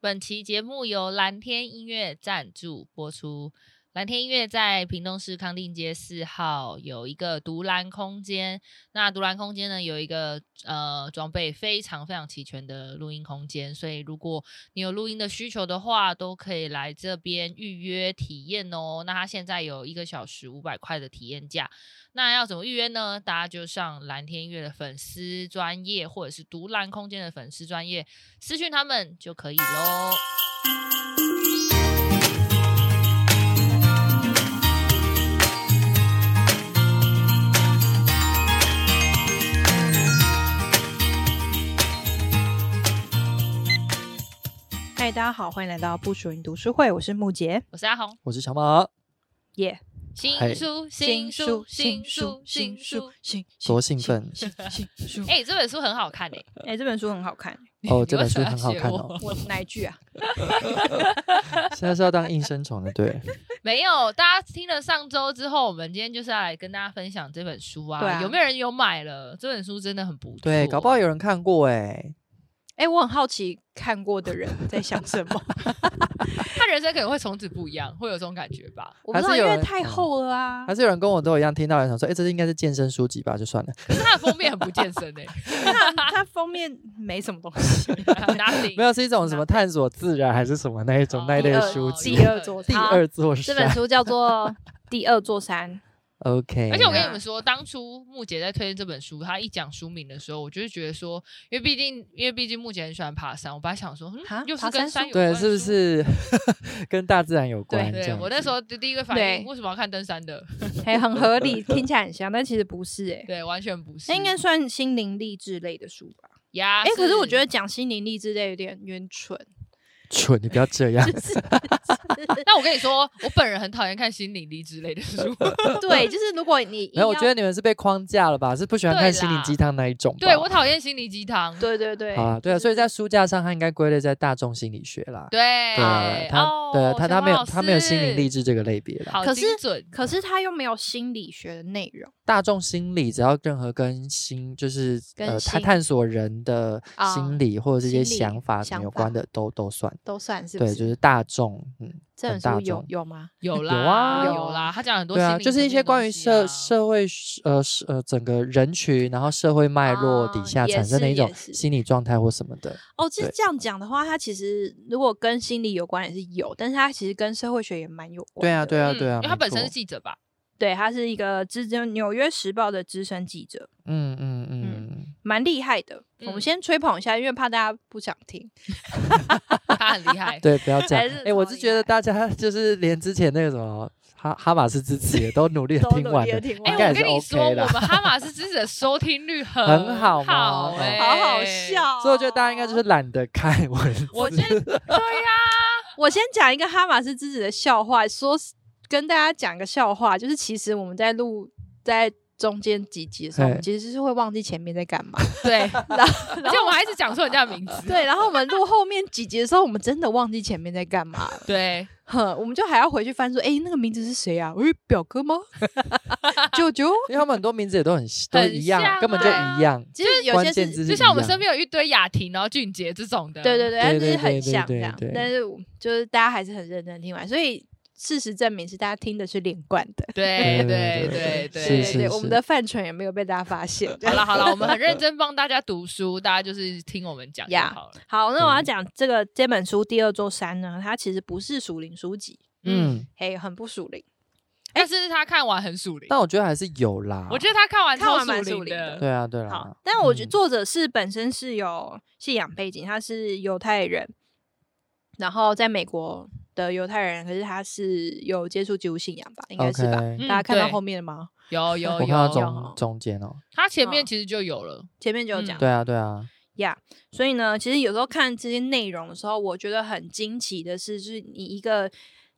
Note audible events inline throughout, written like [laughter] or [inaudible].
本期节目由蓝天音乐赞助播出。蓝天音乐在屏东市康定街四号有一个独蓝空间，那独蓝空间呢有一个呃装备非常非常齐全的录音空间，所以如果你有录音的需求的话，都可以来这边预约体验哦。那它现在有一个小时五百块的体验价，那要怎么预约呢？大家就上蓝天音乐的粉丝专业，或者是独蓝空间的粉丝专业私讯他们就可以喽。嗨，大家好，欢迎来到不属于读书会，我是木杰，我是阿红，我是小马，耶、新嗨书新书新书新书，新多兴奋新新书！哎、这本书很好看哎、哎、这本书很好看，哦！你这为本什么书要很好学看我哦，我哪一句啊？ [laughs] 现在是要当应声虫的， [laughs] 对，没有，大家听了上周之后，我们今天就是要来跟大家分享这本书啊。对啊有没有人有买了？这本书真的很不错。对，搞不好有人看过哎，哎、我很好奇看过的人在想什么，他人生可能会从此不一样，会有这种感觉吧。我不知道，还是因有人为太厚了啊还。是有人跟我都一样，听到人想说，哎，这应该是健身书籍吧，就算了，可是它的封面很不健身 [laughs] 哎、它它封面没什么东西，欸，没 nothing。有是一种什么探索自然还是什么那一哦种那一类第的二书籍第，二座第啊好二座这本山书叫做《第二座山》， ，OK，而且我跟你们说，当初木姐在推荐这本书，她一讲书名的时候，我就是觉得说，因为毕竟，因为毕竟木姐很喜欢爬山，我本来想说，啊嗯，又是爬跟山山书有关对，的是不书？是 [laughs] 跟大自然有关？这对样我子那时候的第一个反对应，为什么要看登山的？ [laughs] 哎、很合理，听起来很像，但其实不是哎、对，完全不是。那应该算心灵励志类的书吧？呀，哎、可是我觉得讲心灵励志类有点冤蠢， [laughs] 蠢，你不要这样，就是 [laughs] 那我跟你说，我本人很讨厌看心理励志类的 [laughs] 书。对，就是如果你没有，我硬觉要得你们是被框架了吧？是不喜欢对看心灵啦鸡汤那一种吧？对我讨厌心理鸡汤。对对对，啊，对啊，所以在书架上它应该归类在大众心理学啦。对对，他哦对他小他没有马他没有心老灵师励志这个类别啦。好可是精准。可是它又没有心理学的内容，大众心理只要任何跟心就是跟呃，他心探索人的啊心理或者是一些心理想法什想么有法关的都都算。都算是不对，是？就是大众，嗯，这很本大书有众。有吗？有啦有啊有啦，他讲很多对心啊，理就是层一些面的关东于西社啊社会是呃是呃整个人群，然后社会脉络底啊下也产生的是一种也是心理状态或什么的。哦，其实对这样讲的话，它其实如果跟心理有关也是有，但是它其实跟社会学也蛮有关对啊，的。对啊，嗯对啊。因为没他本身错是记者吧？对，他是一个资深《纽约时报》的资深记者，嗯嗯嗯嗯，蛮厉害的。我嗯们先吹捧一下，因为怕大家不想听。他很厉 [laughs] 害。对，不要这样还是。哎，我超是厉觉得害大家 [laughs] 就是连之前那个什么哈哈马斯之词 [laughs] 也都努力地 [laughs] 都听努完力了地，听哎、完应该我也跟是你 OK 说，我啦们哈马斯之子的收听率很很好吗好哦哎、好好笑、 [laughs] 哦所以我觉得大家应该就是。懒得看文字。我先对呀、我先讲一个哈马斯之子的笑话，说是跟大家讲个笑话，就是其实我们在录在中间几集的时候，我们嘿其实是会忘记前面在干 [laughs] 嘛。 [laughs] 对，而且我们还一直讲错人家的名字。对，然后我们录后面几集的时候，我们真的忘记前面在干嘛了，对，哼，我们就还要回去翻说，诶，那个名字是谁啊？诶，表哥吗？ [laughs] 舅舅？因为他们很多名字也都很都很一样，像根本就啊一样。 [laughs] 其实有关些键是，字就像我们一样身边有一堆雅婷，然后俊杰这种的。对对对，但对是对很对对像这对样对，但是我就是大家还是很认真听完，所以事实证明是大家听的是连贯的。对对对对对对是对是对，我们的范蠢也没有被大家发现。好了好了，我们很认真帮大家读书，大家就是听我们讲就呀好了。哎好，那我要对讲这个这本书《第二座山》呢，它其实不是属灵书籍，嗯，嗯，嘿，很不属灵。但是他看完很属灵，但我觉得还是有啦。我觉得他看完看超完蛮属属灵的。的嗯对啊，对啦好，。但我觉得嗯作者是本身是有信仰背景，他是犹太人，然后在美国的犹太人，可是他是有接触基督信仰吧，应该是吧？ OK 嗯大家看到对后面了吗？有有我有看到中中中间哦，他前面其实就有了，前面就有讲嗯对啊，对啊，呀所以呢，其实有时候看这些内容的时候，我觉得很惊奇的是，就是你一个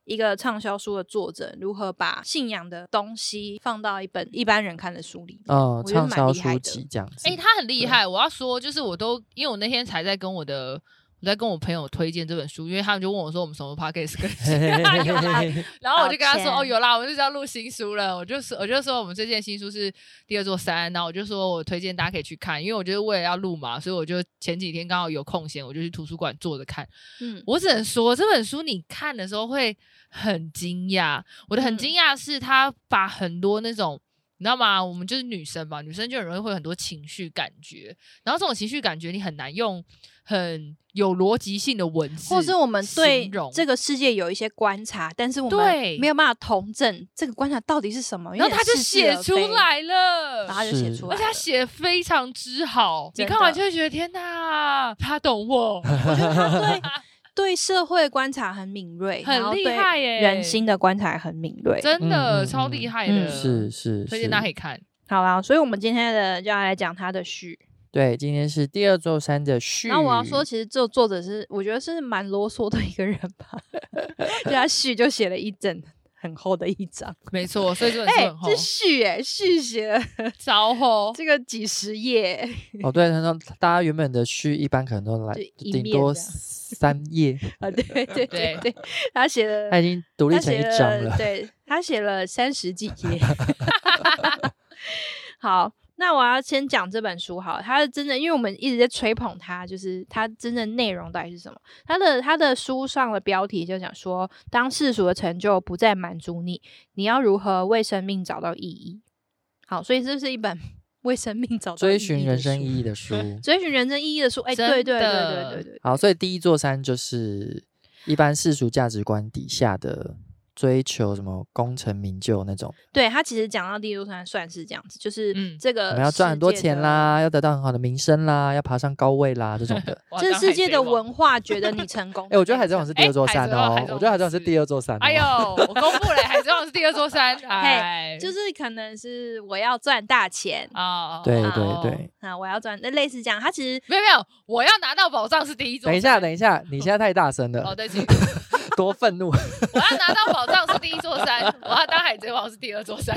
一个畅销书的作者，如何把信仰的东西放到一本一般人看的书里面。嗯，我觉得畅蛮销厉害书的籍这样子。哎、他很厉害。我要说，就是我都因为我那天才在跟我的我在跟我朋友推荐这本书，因为他们就问我说我们什么 podcast 更新嘿嘿 [laughs] 嘿嘿有啦嘿嘿然后我就跟他说：“抱歉哦，有啦，我们就是要录新书了。”我就说，我就说我们最近的新书是《第二座山》，然后我就说我推荐大家可以去看，因为我就是为了要录嘛，所以我就前几天刚好有空闲，我就去图书馆坐着看。嗯，我只能说，这本书你看的时候会很惊讶。我的很嗯惊讶是，他把很多那种。你知道吗？我们就是女生嘛，女生就很容易会有很多情绪感觉，然后这种情绪感觉你很难用很有逻辑性的文字形或容，是我们对这个世界有一些观察，但是我对们没有办法同证这个观察到底是什么，然后他就有点似是而写出非，来了，然后他就写出来而了，且他写得非常之好，你真的看完就会觉得天哪，他懂我，我觉得他对对社会观察很敏锐，然很后厉对 [laughs] 害耶，人心的观察也很敏锐。真的嗯嗯超厉害的，嗯是是，推荐是大家可以看。好啦，所以我们今天的就要来讲他的序。对，今天是第二座山的序。然后我要说，其实这作者是我觉得是蛮啰嗦的一个人吧， [laughs] 就他序就写了一整很厚的一张，没错，所以这本书哎、很厚这，序哎、序写了 [laughs] 超厚，这个几十页，哦，对，他说大家原本的序一般可能都来就一顶面多这样三页，啊， [laughs] 对对对对对，他写了他已经独立他哎成一写章了。对他写了三十几 [laughs] 页。好，那我要先讲这本书好了，它的真的，因为我们一直在吹捧它，就是它真正内容到底是什么？它的它的书上的标题就讲说，当世俗的成就不再满足你，你要如何为生命找到意义？好，所以这是一本 [laughs] 为生命找到追意义寻的人生书意义的书。追寻人生意义的书。哎、对对对真的对对对，好，所以第一座山就是一般世俗价值观底下的追求什么功成名就那种，对他其实讲到第一座山算是这样子，就是嗯。这个、我们要赚很多钱。啦，要得到很好的名声啦，要爬上高位啦这种的哇这世界的，当海贼王文化觉得你成功 [laughs] ，哎、我觉得海贼王是第哎二座海山贼王哦海贼，我王觉得海贼王是是第二座山、哦。哎呦，我公布了，海贼王是第二座 [laughs] 山，哎，就是可能是我要赚大钱啊，对啊对对，，啊，我要赚，那类似这样。他其实没有没有，我要拿到宝藏是第一座山，等一下，等一下，你现在太大声哦，了，对不起。多愤怒！我要拿到宝藏是第一座山，我要当海贼王是第二座山。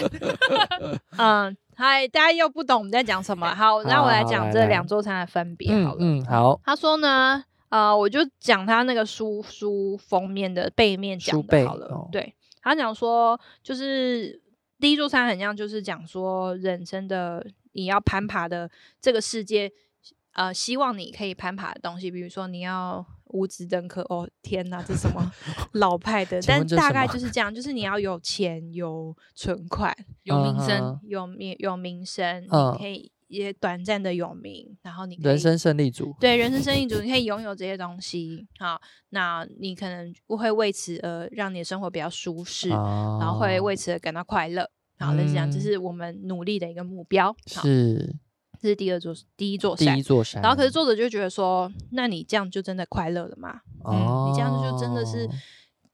嗯，嗨，大家又不懂我们在讲哎什么。好，那我来好讲来这来两座山的分别好嗯了。嗯，好，他说呢，呃，我就讲他那个书书封面的背面书讲背的好了。哦对他讲说，就是第一座山很像，就是讲说人生的你要攀爬的这个世界，呃，希望你可以攀爬的东西，比如说你要。无职登科哦，天哪，这是什 [laughs] 么老派的？请但问这是大什概么就是这样，就是你要有钱、有存款，有名声嗯，有名有名声，嗯你可以也短暂的有名，然后你可人以生胜利组。对人生胜利组，你可以拥有这些东西。好，那你可能会为此而让你的生活比较舒适，啊然后会为此而感到快乐。好，类似这样，这嗯是我们努力的一个目标。好，是这是第二座第一座第山一。座山，然后，可是作者就觉得说，那你这样就真的快乐了吗？哦，嗯你这样就真的是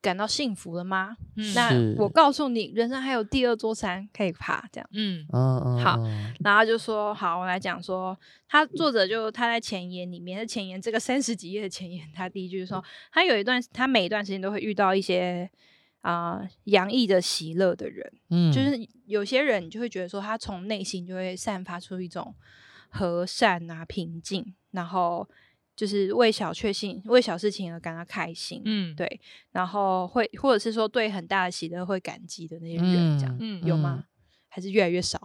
感到幸福了吗？嗯那是我告诉你，人生还有第二座山可以爬，这样。嗯，嗯嗯好嗯然后他就说：“好，我来讲说，嗯他作者就他在前言里面，在前言这个三十几页的前言，他第一嗯句就说，他有一段，他每一段时间都会遇到一些啊、洋溢着喜乐的人，嗯，就是有些人你就会觉得说，他从内心就会散发出一种和善啊、平静，然后就是为小确幸、为小事情而感到开心，嗯，对，然后会或者是说对很大的喜乐会感激的那些人，这样、嗯有吗？还是越来越少？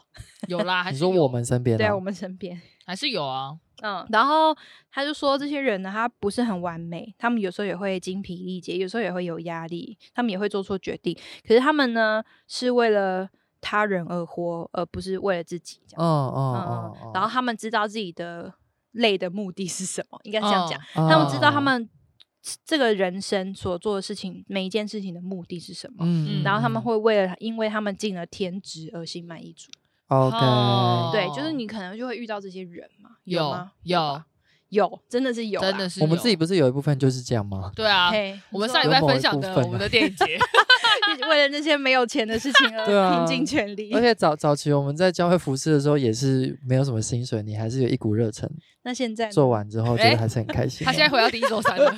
有啦，还你是说有我们身边、啊，对啊，我们身边。”还是有啊，嗯，然后他就说这些人呢，他不是很完美，他们有时候也会精疲力竭，有时候也会有压力，他们也会做错决定。可是他们呢，是为了他人而活，而不是为了自己。这哦样，哦嗯哦，嗯，然后他们知道自己的累的目的是什么，应该是这样嗯讲。哦他们知道他，们这个人生所做的事情，每一件事情的目的是什么。嗯，然后他们嗯会为了，因为他们尽了天职而心满意足。 OK，、哦对，就是你可能就会遇到这些人嘛，有吗？有吧，有，真的是有啦，真的是我们有自己不是有一部分就是这样吗？对啊。嘿，我们你上礼说拜有某一分享的部分啊我们的电 [laughs] 影节， [laughs] 为了那些没有钱的事情对啊而拼尽全力而。且早早期我们在教会服侍的时候也是没有什么薪水，你还是有一股热 [laughs] 忱，那现在呢做完之后觉哎得还是很开心、他现在回到第一座山了。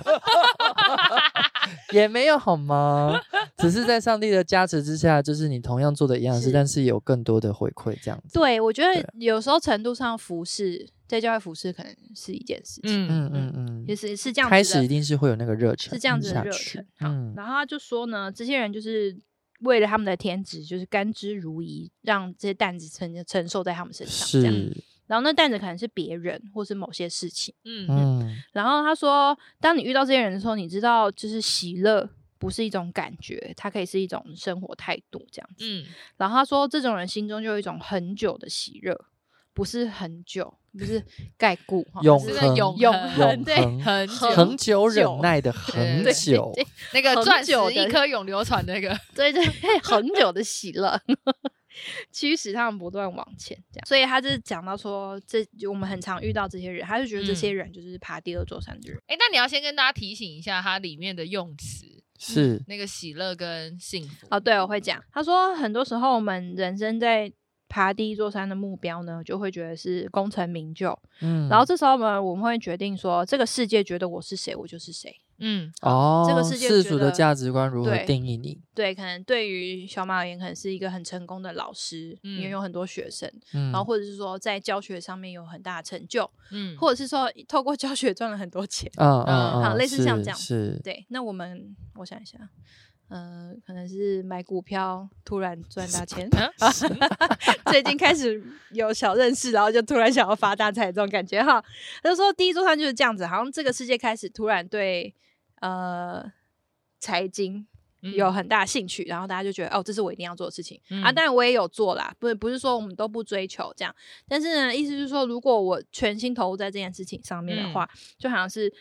也没有好吗？只是在上帝的加持之下，就是你同样做的一样的 [laughs] 事，是但是有更多的回馈，这样子。对，我觉对得啊有时候程度上服饰在教会服饰可能是一件事情，嗯 [laughs] 嗯嗯嗯嗯，也是是这样子的开始一定是会有那个热忱，是这样子的下热去忱。好，嗯然后他就说呢，这些人就是为了他们的天职，就是甘之如饴，让这些担子承承受在他们身上。这样，是，然后那担子可能是别人或是某些事情。嗯嗯嗯然后他说，当你遇到这些人的时候，你知道就是喜乐。不是一种感觉，它可以是一种生活态度这样子。嗯，然后他说，这种人心中就有一种很久的喜乐，不是很久，不是概固，哈嗯永是嗯是那恒个永永恒恒 [laughs] 永对恒很久 [laughs] 恒哎久久忍耐的很对久，对那个恒钻石久的一颗永流传那个， [laughs] 对对， [laughs] 很久的喜乐，驱使他们不断往前，这样。所以他就是讲到说，这我们很常遇到这些人，他就觉得这些人就是爬第二座山的人。哎，那你要先跟大家提醒一下它里面的用词， [laughs] 是那个喜乐跟幸福哦，对，我会讲。他说，很多时候我们人生在爬第一座山的目标呢，就会觉得是功成名就，嗯，然后这时候呢，我们会决定说，这个世界觉得我是谁，我就是谁。嗯哦，这个世界世觉俗的得价值观如何对定义你？对，可能对于小马而言，可能是一个很成功的老师，嗯也有很多学生，嗯然后或者是说在教学上面有很大的成就，嗯，或者是说透过教学赚了很多钱。嗯嗯，嗯，好类似像是这样是，对，那我们我想一下，呃，可能是买股票突然赚大钱啊最近开始有小认识，然后就突然想要发大财这种感觉哈。他就说第一座山就是这样子，好像这个世界开始突然对呃财经嗯有很大兴趣，然后大家就觉得哦，这是我一定要做的事情、啊。嗯当然我也有做啦，不不是说我们都不追求这样，但是呢，意思是说，如果我全心投入在这件事情上面嗯的话，就好像是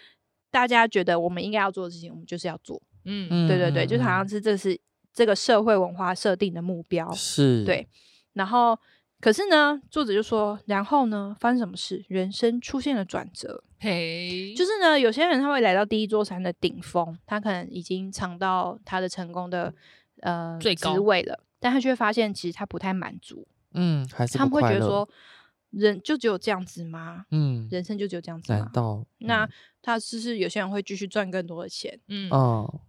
大家觉得我们应该要做的事情，我们就是要做。嗯嗯对对对，嗯就是好像嗯是这是这个社会文化设定的目标。是，对，然后可是呢，作者就说，然后呢，发生什么事？人生出现了转折，嘿，就是呢，有些人他会来到第一座山的顶峰，他可能已经尝到他的成功的呃最高滋味了，但他却发现其实他不太满足，嗯，还是他不们会觉得快乐，说，人就只有这样子吗？嗯，人生就只有这样子难吗？道嗯那他就是有些人会继续赚更多的钱，嗯，哦，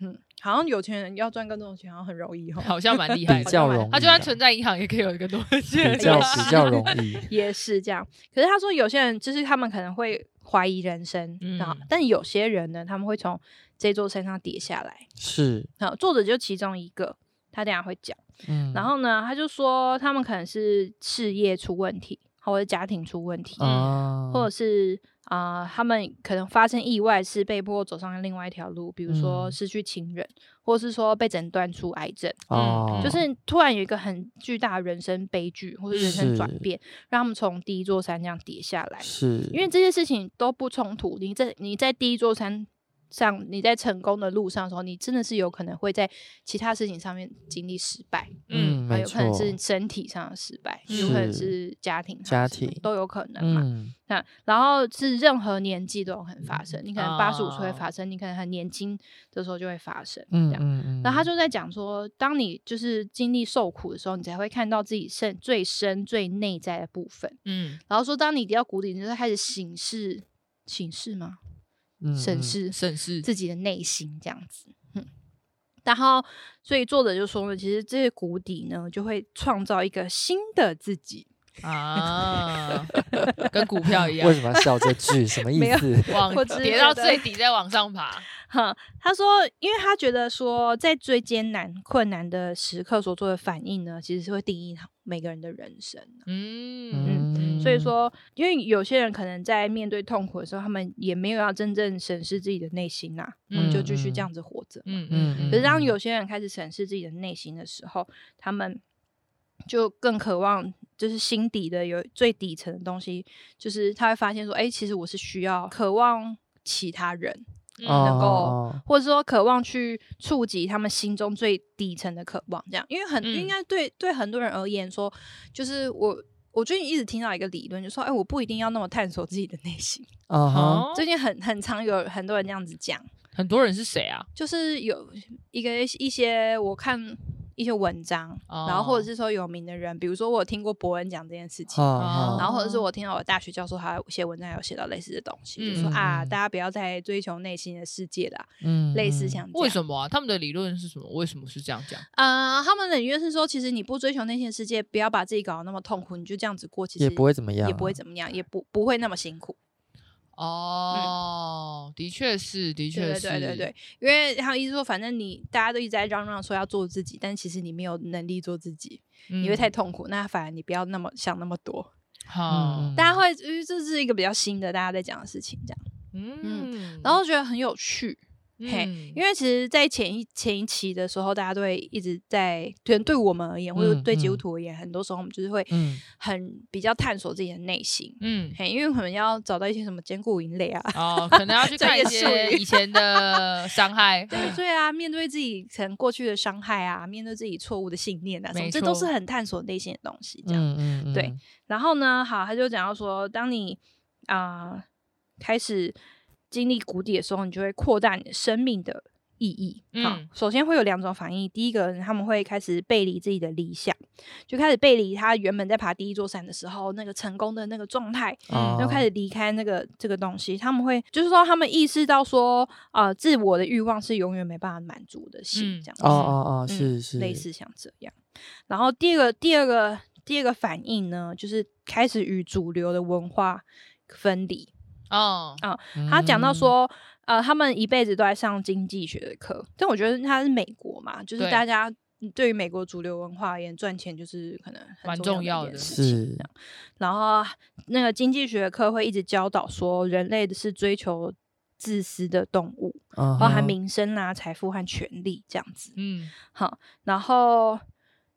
嗯，好像有钱人要赚更多的钱好像很容易哦，好像蛮厉害比的，较嘛容易啦，它就算存在银行也可以有一个多钱，比较是比 [laughs] 较容易，也是这样。可是他说，有些人就是他们可能会怀疑人生，嗯啊、但有些人呢，他们会从这座山上跌下来。是，好，作者就其中一个，他等一下会讲。嗯，然后呢，他就说他们可能是事业出问题，或者家庭出问题，啊，嗯或者是啊、呃他们可能发生意外，是被迫走上了另外一条路，比如说嗯失去亲人，或是说被诊断出癌症。哦，嗯就是突然有一个很巨大的人生悲剧或者人生转是变，让他们从第一座山这样跌下来。是，因为这些事情都不冲突，你在你在第一座山上，你在成功的路上的时候，你真的是有可能会在其他事情上面经历失败，嗯嗯，啊没有错可，能是身体上的失败，有可能是家庭上的家失败庭都有可能嘛。嗯，那然后是任何年纪都有可能发生，你可能八十五岁哦会发生，你可能很年轻的时候就会发生，这啊嗯样。嗯嗯，然后他就在讲说，当你就是经历受苦的时候，你才会看到自己深最深、最内在的部分。嗯，然后说，当你跌到谷底，你就会开始醒视、醒视吗？嗯审嗯视省事，自己的内心这样子。嗯，然后所以作者就说呢，其实这些谷底呢，就会创造一个新的自己。啊，跟股票一样为，什么要笑 [laughs] 这句？什么意没有思？往我只跌觉到得最底再往上爬，哈，他说，因为他觉得说，在最艰难、困难的时刻所做的反应呢，其实是会定义他每个人的人生。嗯嗯，所以嗯说，因为有些人可能在面对痛苦的时候，他们也没有要真正审视自己的内心呐、他们就继续这样子活着。嗯嗯嗯可是当有些人开始审视自己的内心的时候，他们就更渴望，就是心底的有最底层的东西，就是他会发现说，哎、其实我是需要渴望其他人，嗯哦能够哦或者说渴望去触及他们心中最底层的渴望，这样，因为很、嗯应该对对很多人而言说，就是我我最近一直听到一个理论，就说，哎，我不一定要那么探索自己的内心。哦啊哈，哦最近很很常有很多人这样子讲，很多人是谁啊？就是有一个一些我看一些文章，哦然后或者是说有名的人，比如说我有听过伯恩讲这件事情。哦然后或者是我听到我大学教授他有写文章有写到类似的东西，就说嗯啊，嗯大家不要再追求内心的世界啦，嗯类似像这样为什么啊？他们的理论是什么？为什么是这样讲？呃，他们的理论是说，其实你不追求内心的世界，不要把自己搞得那么痛苦，你就这样子过，其实也不会怎么样，啊也不会怎么样，也不不会那么辛苦。哦，的确是，的对确对是，对对对，因为他们意思说，反正你大家都一直在嚷嚷说要做自己，但其实你没有能力做自己，嗯，你会太痛苦。那反而你不要那么想那么多，好，嗯大家会，因为这是一个比较新的大家在讲的事情，这样，嗯，然后觉得很有趣。嘿嗯因为其实，在前一前一期的时候，大家都会一直在，可能对我们而言，或者嗯对基督嗯徒而言，很多时候我们就是会嗯很比较探索自己的内心。嗯。嘿，因为可能要找到一些什么坚固营垒啊， [laughs] 哦，可能要去专看一业术些语以前的伤害。 [laughs] 对对啊，面对自己可能过去的伤害啊，面对自己错误的信念啊，什么没这都错是很探索内心的东西。这样，嗯嗯，对然后呢，好，他就讲到说，当你啊、呃开始经历谷底的时候，你就会扩大你的生命的意义。好嗯，首先会有两种反应，第一个他们会开始背离自己的理想，就开始背离他原本在爬第一座山的时候那个成功的那个状态，嗯就开始始离开那个这个东西，他们会就是说，他们意识到说，呃，自我的欲望是永远没办法满足的心，嗯这样子哦哦哦，嗯是是类似像这样。然后第二个第二个第二个反应呢，就是开始与主流的文化分离。哦，他讲嗯到说，呃，他们一辈子都在上经济学的课，但我觉得他是美国嘛，就是对大家对于美国主流文化而言，赚钱就是可能很蛮重重要的一的件事情。是这样然后那个经济学课会一直教导说，人类是追求自私的动物，包包含民生啊、财富和权利这样子。嗯，好，然后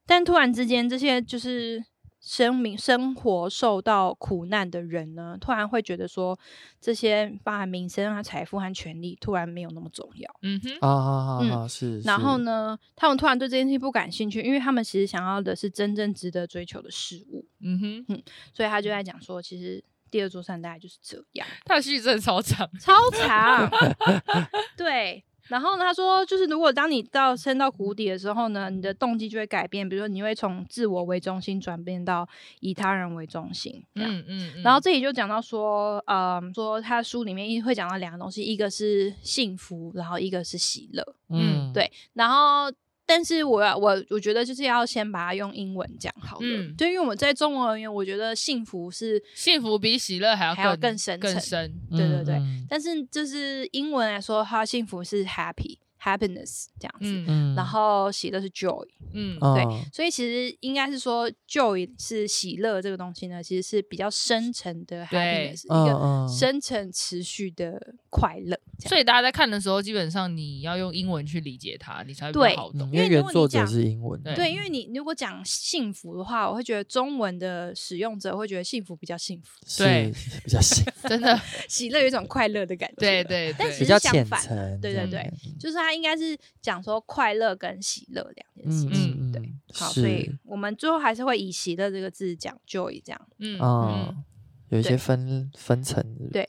但突然之间，这些就是生命生活受到苦难的人呢，突然会觉得说，这些包含民生啊、财富和权利，突然没有那么重要。嗯哼，啊啊嗯啊是，然后是？呢，他们突然对这件事情不感兴趣，因为他们其实想要的是真正值得追求的事物。嗯哼，所以他就在讲说，其实第二座山大概就是这 [laughs] 样，他的序真的超长。超长。 [laughs] 对，然后呢，他说，就是如果当你到升到谷底的时候呢，你的动机就会改变，比如说你会从自我为中心转变到以他人为中心。这样。嗯嗯，嗯然后这里就讲到说，嗯，说他书里面一会讲到两个东西，一个是幸福，然后一个是喜乐。嗯嗯，对，然后但是我我我觉得就是要先把它用英文讲好了，嗯对，因为我们在中文而言，我觉得幸福是幸福比喜乐还要还要更更深更层深。对对嗯对嗯但是就是英文来说，它幸福是 happy happiness 这样子，嗯嗯，然后喜乐是 joy，嗯哦对所以其实应该是说 joy 是喜乐这个东西呢，其实是比较深层的对 happiness，嗯一个嗯深层持续的快乐。这样所以大家在看的时候，基本上你要用英文去理解它，你才会比对较好嗯懂。因为如原果你作者讲是英文，对对，因为你如果讲幸福的话，我会觉得中文的使用者会觉得幸福比较幸福，对是是 [laughs] 比较幸真的，喜乐有一种快乐的感觉。对对嗯但对其比实较相浅反的层对这对样的，对，就是他应该是讲说快乐跟喜乐两件事嗯情。嗯对，嗯好，所以是我们最后还是会以喜乐这个字讲 joy 这样。嗯哦嗯，有一对些分分层的，对，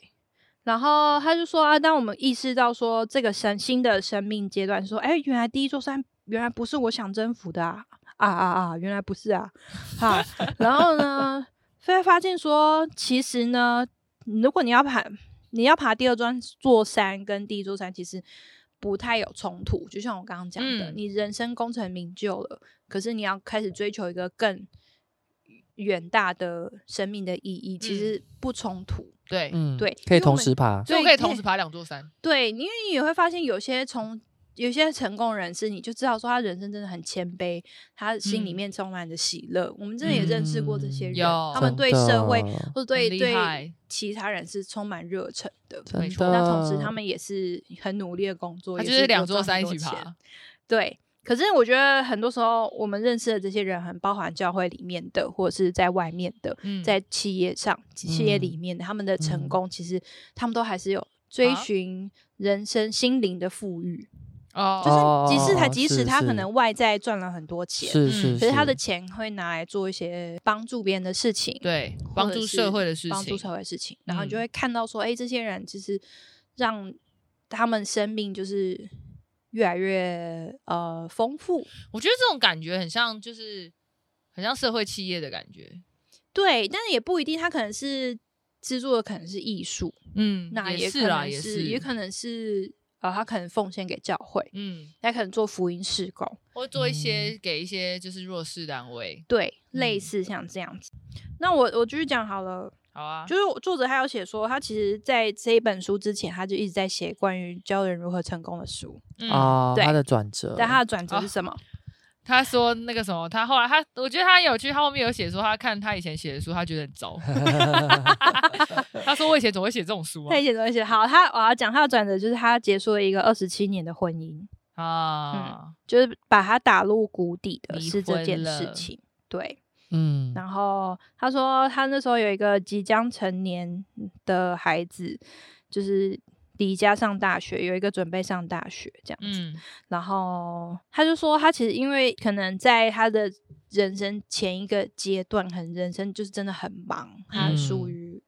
然后他就说啊，当我们意识到说这个生新的生命阶段，说哎，原来第一座山原来不是我想征服的啊啊啊啊，原来不是啊，好，然后呢，会发现说，其实呢，如果你要爬，你要爬第二座座山跟第一座山，其实。不太有冲突，就像我刚刚讲的，嗯你人生功成名就了，可是你要开始追求一个更远大的生命的意义，其嗯实不冲突。对，嗯，对可因为以我同们时爬，所以我对可以因为同时爬两座山。对，因为你也会发现有些从有些成功人士，你就知道说他人生真的很谦卑，他心里嗯面充满着喜乐。我们真的也认识过这些人，有他们真对社会的或者对很厉对害其他人是充满热忱的。真错的，那同时，他们也是很努力的工作，它也就是两有座赚山很一多起钱爬。对，可是我觉得很多时候我们认识的这些人，很包含教会里面的，或者是在外面的，嗯，在企业上、企业里面的，他们的成嗯功，其实他们都还是有追啊寻人生心灵的富裕，哦，哦就是即使他哦即使是他可是能外在赚了很多钱，是嗯是，可是他的钱会拿来做一些帮助别人的事情，对，或帮者助是社会的事情，帮助社会的事情，然后你就嗯会看到说，哎、这些人其实让他们生命就是越来越呃丰富。我觉得这种感觉很像，就是很像社会企业的感觉。对，但是也不一定，它可能是制作的可能是艺术，嗯那也可是啦，能也是是，也可能是呃，他可能奉献给教会，嗯，他可能嗯做福音事工，或做一些给一些就是弱势单位。对，类嗯似像这样子。那我我继续讲好了。好啊，就是我作者他有写说，他其实在这一本书之前，他就一直在写关于教人如何成功的书。嗯啊，对啊他的转折，但他的转折哦是什么？他说那个什么，他后来他，我觉得他有趣，他后面有写说他看他以前写的书，他觉得很糟。他说我以前怎么会写这种书啊他以前怎么写？好，他我要讲他的转折，就是他结束了一个二十七年的婚姻，啊？啊，就是把他打入谷底的离是这婚件了事情。对，嗯，然后他说，他那时候有一个即将成年的孩子，就是离家上大学，有一个准备上大学这样子。嗯然后他就说，他其实因为可能在他的人生前一个阶段，很人生就是真的很忙，他嗯属于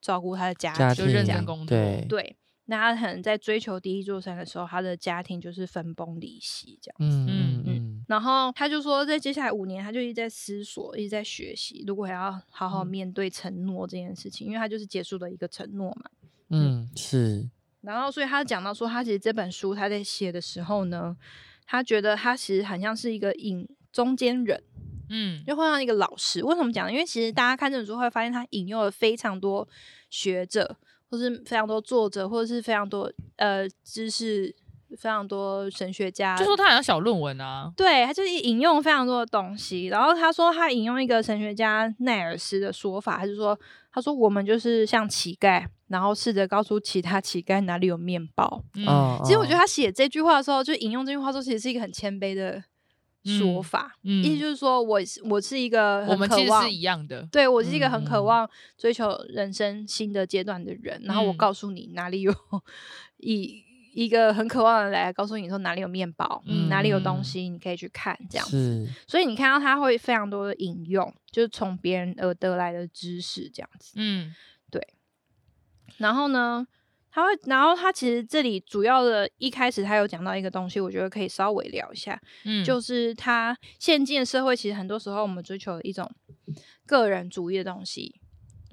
照顾他的家家庭，就庭认真工作对，对。那他可能在追求第一座山的时候，他的家庭就是分崩离析这样。嗯嗯嗯嗯，然后他就说，在接下来五年，他就一直在思索，一直在学习，如果还要好好嗯面对承诺这件事情，因为他就是结束了一个承诺嘛。嗯是，然后，所以他讲到说，他其实这本书他在写的时候呢，他觉得他其实很像是一个引中间人，嗯就会像一个老师。为什么讲呢？因为其实大家看这本书会发现，他引用了非常多学者，或是非常多作者，或者是非常多呃知识，非常多神学家，就说他好像小论文啊，对，他就是引用非常多的东西。然后他说，他引用一个神学家奈尔斯的说法，他就说，他说我们就是像乞丐，然后试着告诉其他乞丐哪里有面包。嗯哦，其实我觉得哦他写这句话的时候，就引用这句话的时候，其实是一个很谦卑的说嗯法，嗯意思就是说我是我是一个我很们渴其实望是一样的。对我是一个嗯很渴嗯望追求人生新的阶段的人，然后我嗯告诉你哪里有一一个很渴望的来告诉你说哪里有面包，嗯哪里有嗯东西你可以去看这样。是，所以你看到他会非常多的引用，就是从别人而得来的知识这样子。嗯然后呢，他会，然后他其实这里主要的一开始他有讲到一个东西，我觉得可以稍微聊一下，嗯，就是他现今的社会其实很多时候我们追求一种个人主义的东西，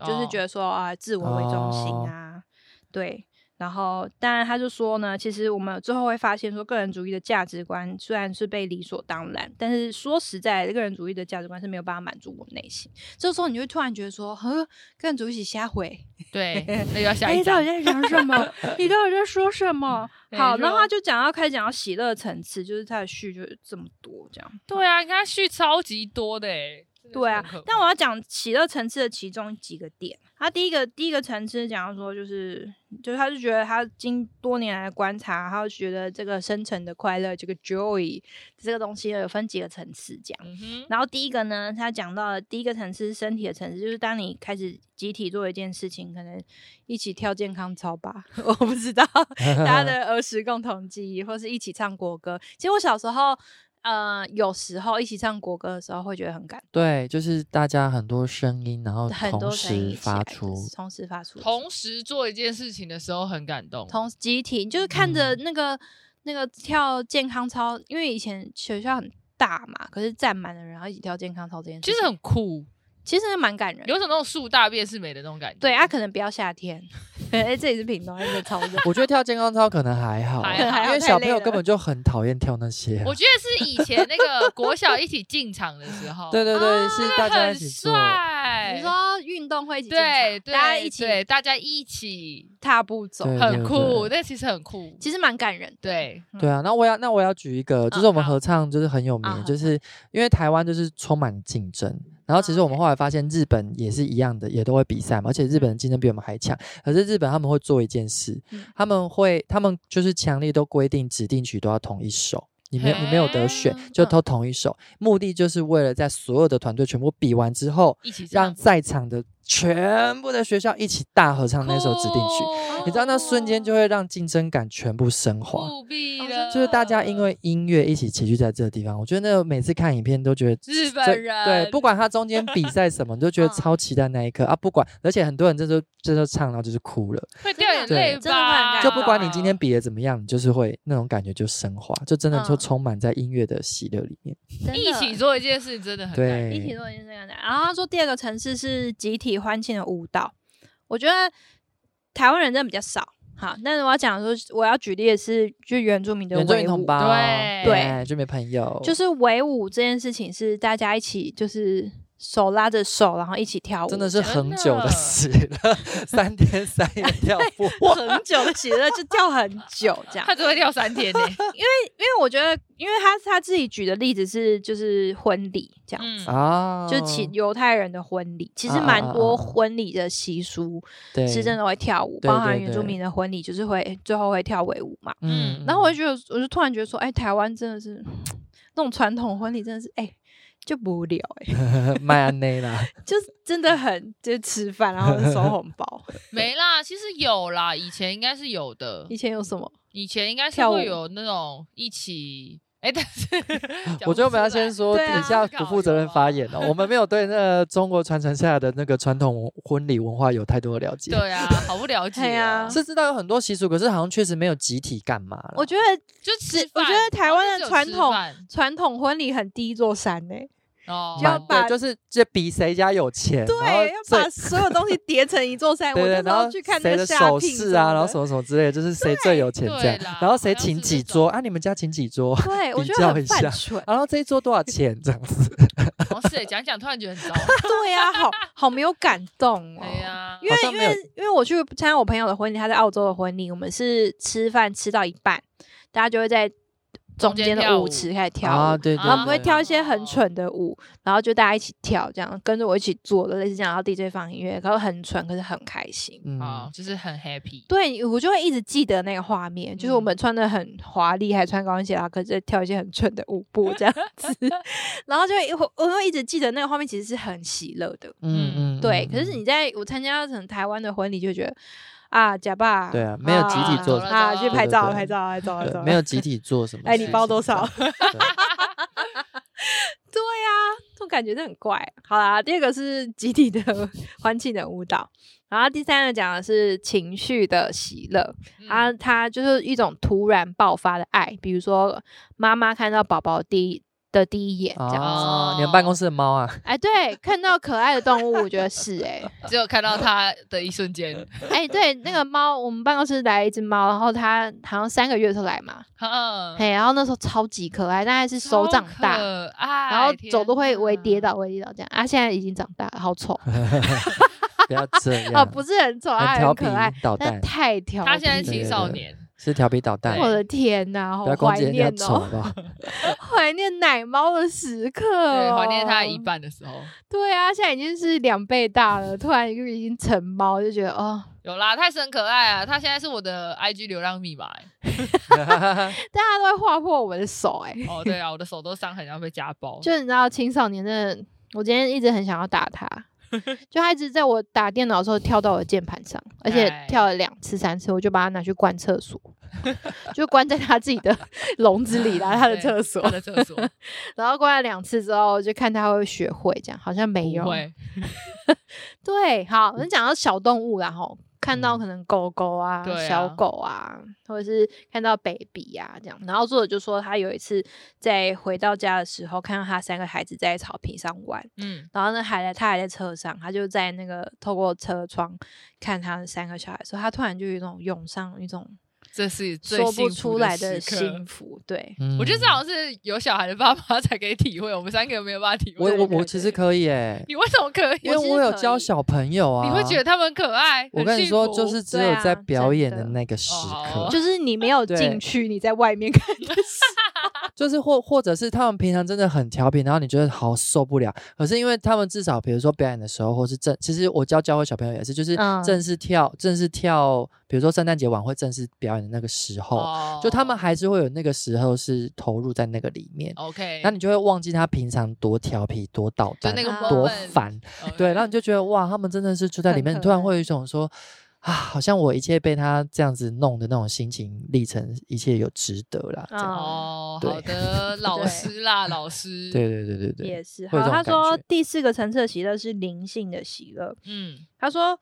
就是觉得得说啊，自我为中哦心啊，对。然后，当然，他就说呢，其实我们最后会发现，说个人主义的价值观虽然是被理所当然，但是说实在的，个人主义的价值观是没有办法满足我内心。这时候，你就会突然觉得说，呵，个人主义是瞎回， [laughs] 对，那就要下哎，一你到章底。在讲什么？你到底在说什么？ [laughs] 对好，就然后他就讲到开始讲到喜乐层次，就是他的序就是这么多这样。对啊，你看他序超级多的哎。真的对是啊很可，但怕我要讲喜乐层次的其中几个点。他第一个第一个层次讲到说，就是就是他就觉得他经多年来的观察，他就觉得这个深层的快乐，这个 joy 这个东西呢有分几个层次这样。嗯哼，然后第一个呢，他讲到的第一个层次是身体的层次，就是当你开始集体做一件事情，可能一起跳健康操吧， [laughs] 我不知道大家的儿时共同记忆，或是一起唱国歌。其实我小时候，呃，有时候一起唱国歌的时候会觉得很感 [laughs] 对，就是大家很多声音，然后很哦同多声音一时起发来出，。同时发出，同时做一件事情的时候很感动。同集体，就是看着那个、那个跳健康操，因为以前学校很大嘛，可是站满了人，然后一起跳健康操这件事其情，实很酷，其实蛮感人的。有种那种树大便是美的那种感觉。对啊，，可能不要夏天， [laughs] 哎、这里是屏东，真的超 [laughs] 热我觉得跳健康操可能还好，还好因太为小累朋友根了本就很讨厌跳那些啊。我觉得是以前那个国小一起进场的时候， [laughs] 对对对，是大家一很起做。帅。你说运动会一起进场对，对大家一起对大家一起，踏步走，对很酷，那其实很酷。其实蛮感人的。对，对啊，那我要那我要举一个，就是嗯我们好合唱就是很有名啊，合就是因为台湾就是充满竞争，然后其实我们后来发现日本也是一样的，也都会比赛嘛，而且日本的竞争比我们还强。可是日本他们会做一件事嗯，他们会他们就是强烈都规定指定曲都要同一首。你没有你没有得选嘿，就嗯都同一首，目的就是为了在所有的团队全部比完之后，一起让唱。在场的全部的学校一起大合唱那首指定曲，曲你知道那瞬间就会让竞争感全部升华。酷毙哦了，就是大家因为音乐一起齐聚在这个地方，我觉得那个每次看影片都觉得日这本人对，不管他中间比赛什么，你都觉得呃嗯超期待那一刻啊！不管，而且很多人这时候这时候唱，然后就是哭了，会掉眼对泪真的会很吧，感就不管你动今天比的怎么样，你就是会那种感觉就升华，就真的就嗯充满在音乐的喜乐里面。真一的起做一件事真的很难对，一起做一件这样的。啊然后他说第二个层次是集体欢庆的舞蹈，我觉得台湾人真的比较少。好，但是我要讲说，我要举例的是，就原住民的原住民围同舞，胞，哎哦对对就没朋友，就是围舞这件事情是大家一起就是手拉着手，然后一起跳舞，真的是真很久的的 [laughs] 事了，三天三 [laughs] 夜跳不完。很久的喜乐，就跳很久 [laughs] 这样。他只会跳三 [laughs] 天呢，因为我觉得，因为他他自己举的例子是就是婚礼这样，嗯，啊，就其犹太人的婚礼，其实蛮啊啊啊啊多婚礼的习俗对是真的会跳舞，对包含对原住对民的婚礼就是会最后会跳尾舞嘛。嗯然后我就觉得，我就突然觉得说，哎，台湾真的是那种传统婚礼真的是哎。就不无聊哎、迈阿内啦， [laughs] 就是真的很就是吃饭，然后收红 [laughs] 包。没啦，其实有啦，以前应该是有的以，前有 [laughs] 什么？以前应该是跳舞会有那种一起。哎，但 [laughs] 是讲我觉得我不们要出来先说对啊以下不负责任发言哦，我 [laughs] 们没有对那个中国传承下来的那个传统婚礼文化有太多的了解。对啊，好不了解 [laughs] 对啊哦是知道有很多习俗，可是好像确实没有集体干嘛啦我觉得就吃是我饭觉得台湾的好像传只有吃统饭传统婚礼很第一座山哎、哦，就要蛮把对，就是这比谁家有钱，然后对，要最把所有东西叠成一座山。对对，我那然时后候去看谁那的个下首聘饰什啊，么然后的什么什么之类的，就是谁最有钱这对样啦，然后谁好像请是几这桌种啊？你们家请几桌？ [laughs] 对，我比觉得较一很下犯蠢。 [laughs] 然啊后这一桌多少钱？这样子，哦是欸讲讲突然觉得很糟， [laughs] 对呀、好好没有感 [laughs] 动哦。哎呀，因好为像因没有啊为因为我去参加我朋友的婚礼，他在澳洲的婚礼，我们是吃饭吃到一半，大家就会在中间的舞哦池开始跳舞，啊，对对，然后我们会对跳一些很蠢的舞，然后就大家一起跳，这样跟着我一起做的类似这样，然后 DJ 放音乐，然后很蠢，可是很开心。啊嗯，，就是很 happy，对，我就会一直记得那个画面，就是我嗯们穿的很华丽，还穿高跟鞋，然后可是在跳一些很蠢的舞步这样子， [laughs] 然后就会我我会一直记得那个画面，其实是很喜乐的。嗯嗯，对，嗯可是你在我参加成台湾的婚礼，就觉得啊，假爸，对啊没有集体做啊啊，去拍照，拍照，对对对拍照，拍对照，没有集体做什么事情？ [laughs] 哎你包多少这样？ [laughs] 对对啊，这种感觉真的很怪。好啦，第二个是集体的欢庆的舞蹈，然后第三个讲的是情绪的喜乐，嗯啊，它就是一种突然爆发的爱，比如说妈妈看到宝宝第一的第一眼这样。哦子，你们办公室的猫啊，哎，对，看到可爱的动物，我觉得是哎、 [laughs] 只有看到他的一瞬 [laughs] 间，哎、对，那个猫，我们办公室来了一只猫，然后它好像三个月的时候来嘛，嗯，嘿，然后那时候超级可爱，大概是手掌大，大然后走路会微跌，倒，微跌倒这样。啊，现在已经长大了，好 [laughs] 丑 [laughs] 不要这样啊，不是很丑，啊，很调很皮可爱，捣蛋但，太调天皮哪他了。现在青对少年，是调皮捣蛋，我的天呐，好不要攻怀击人家念丑好哦，不好？怀念奶猫的时刻、 [laughs] 对，哦，怀念他一。半的时候，对啊，现在已经是两倍大了，突然就已经成猫，就觉得哦，有啦，他是很可爱啊，他现在是我的 IG 流量密码欸， [laughs] 大家都会划破我们的手、哎，哦， [laughs] 对啊，我的手都伤痕，要被家暴，就你知道青少年真的，我今天一直很想要打 [laughs] 他，就他一直在我打电脑的时候跳到我的键盘上，而且哎跳了两次、三次，我就把他拿去关厕 [laughs] 所，就关在他自己的笼子里啦，他的对厕所 [laughs] 他。的厕所然后关了两次之后，就看他会不会学会，这样好像 [laughs] 没有不。会，嗯对，好，我们讲到小动物啦，吼。看到嗯可能狗狗啊、对啊小狗啊，或者是看到 baby 啊这样，然后作者就说他有一次在回到家的时候，看到他三个孩子在草坪上玩，嗯，然后那还在他还在车上，他就在那个透过车窗看他的三个小孩的时候，他突然就有一种涌上一种这是最说不幸福出来的时刻幸福， [laughs] 对，嗯我觉得这好像是有小孩的爸妈才可以体会，我们三个没有办法体我会。我我其实可以诶，你为什么可以？因为其实我有可教以小朋友啊，你会觉得他们可爱？我跟你很幸说，福就是只对有啊在表真演的的那个时哦刻，就是你没有对进去，你在外面看的时就是或或者是他们平常真的很调皮，然后你觉得好受不了。可是因为他们至少比如说表演的时候，或是正，其实我教教会小朋友也是，就是嗯正式跳、正式跳，比如说圣诞节晚会正式表演的那个时候，哦就他们还是会有那个时候是投入在那个里面， OK，那你就会忘记他平常多调皮、多捣哦就蛋、那个啊 moment，多烦。 OK 对，然后你就觉得哇，他们真的是就在里很面，可突然会爱有一种说啊，好像我一切被他这样子弄的那种心情历程，一切有值得啦。这样哦，对好的，老对师啦，老师，对，对对对对，也是。会有好，这他种感说觉第四个层次的喜乐是灵性的喜乐。嗯他说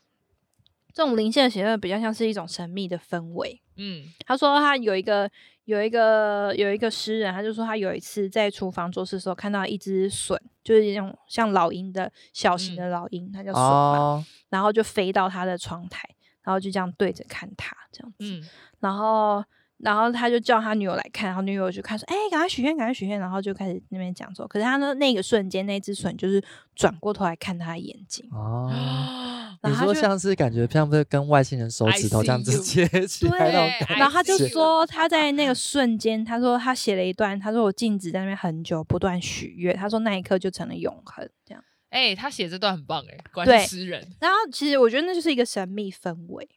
这种灵性的喜乐比较像是一种神秘的氛围。嗯他说他有一个有一个有一个诗人，他就说他有一次在厨房做事的时候看到一只笋，就是那种像老鹰的小型的老鹰，它叫笋嘛，哦，然后就飞到他的窗台，然后就这样对着看它这样子，嗯，然后。然后他就叫他女友来看，然后女友就看说：“哎、赶快许愿，赶快许愿！”然后就开始那边讲说，可是他呢，那个瞬间，那只笋就是转过头来看他的眼睛，哦， [gasps] 然你后说他就像是感觉像不是跟外星人手 I 指头这样 see 子 you 接起对来那种，I 感觉，然后他就 see you 说，他在那个瞬间，他说他写了一段，他说我静止在那边很久，不断许愿，他说那一刻就成了永恒，这样。 [gasps] 哎，他写这段很棒哎，果对然是诗人，然后其实我觉得那就是一个神秘氛围，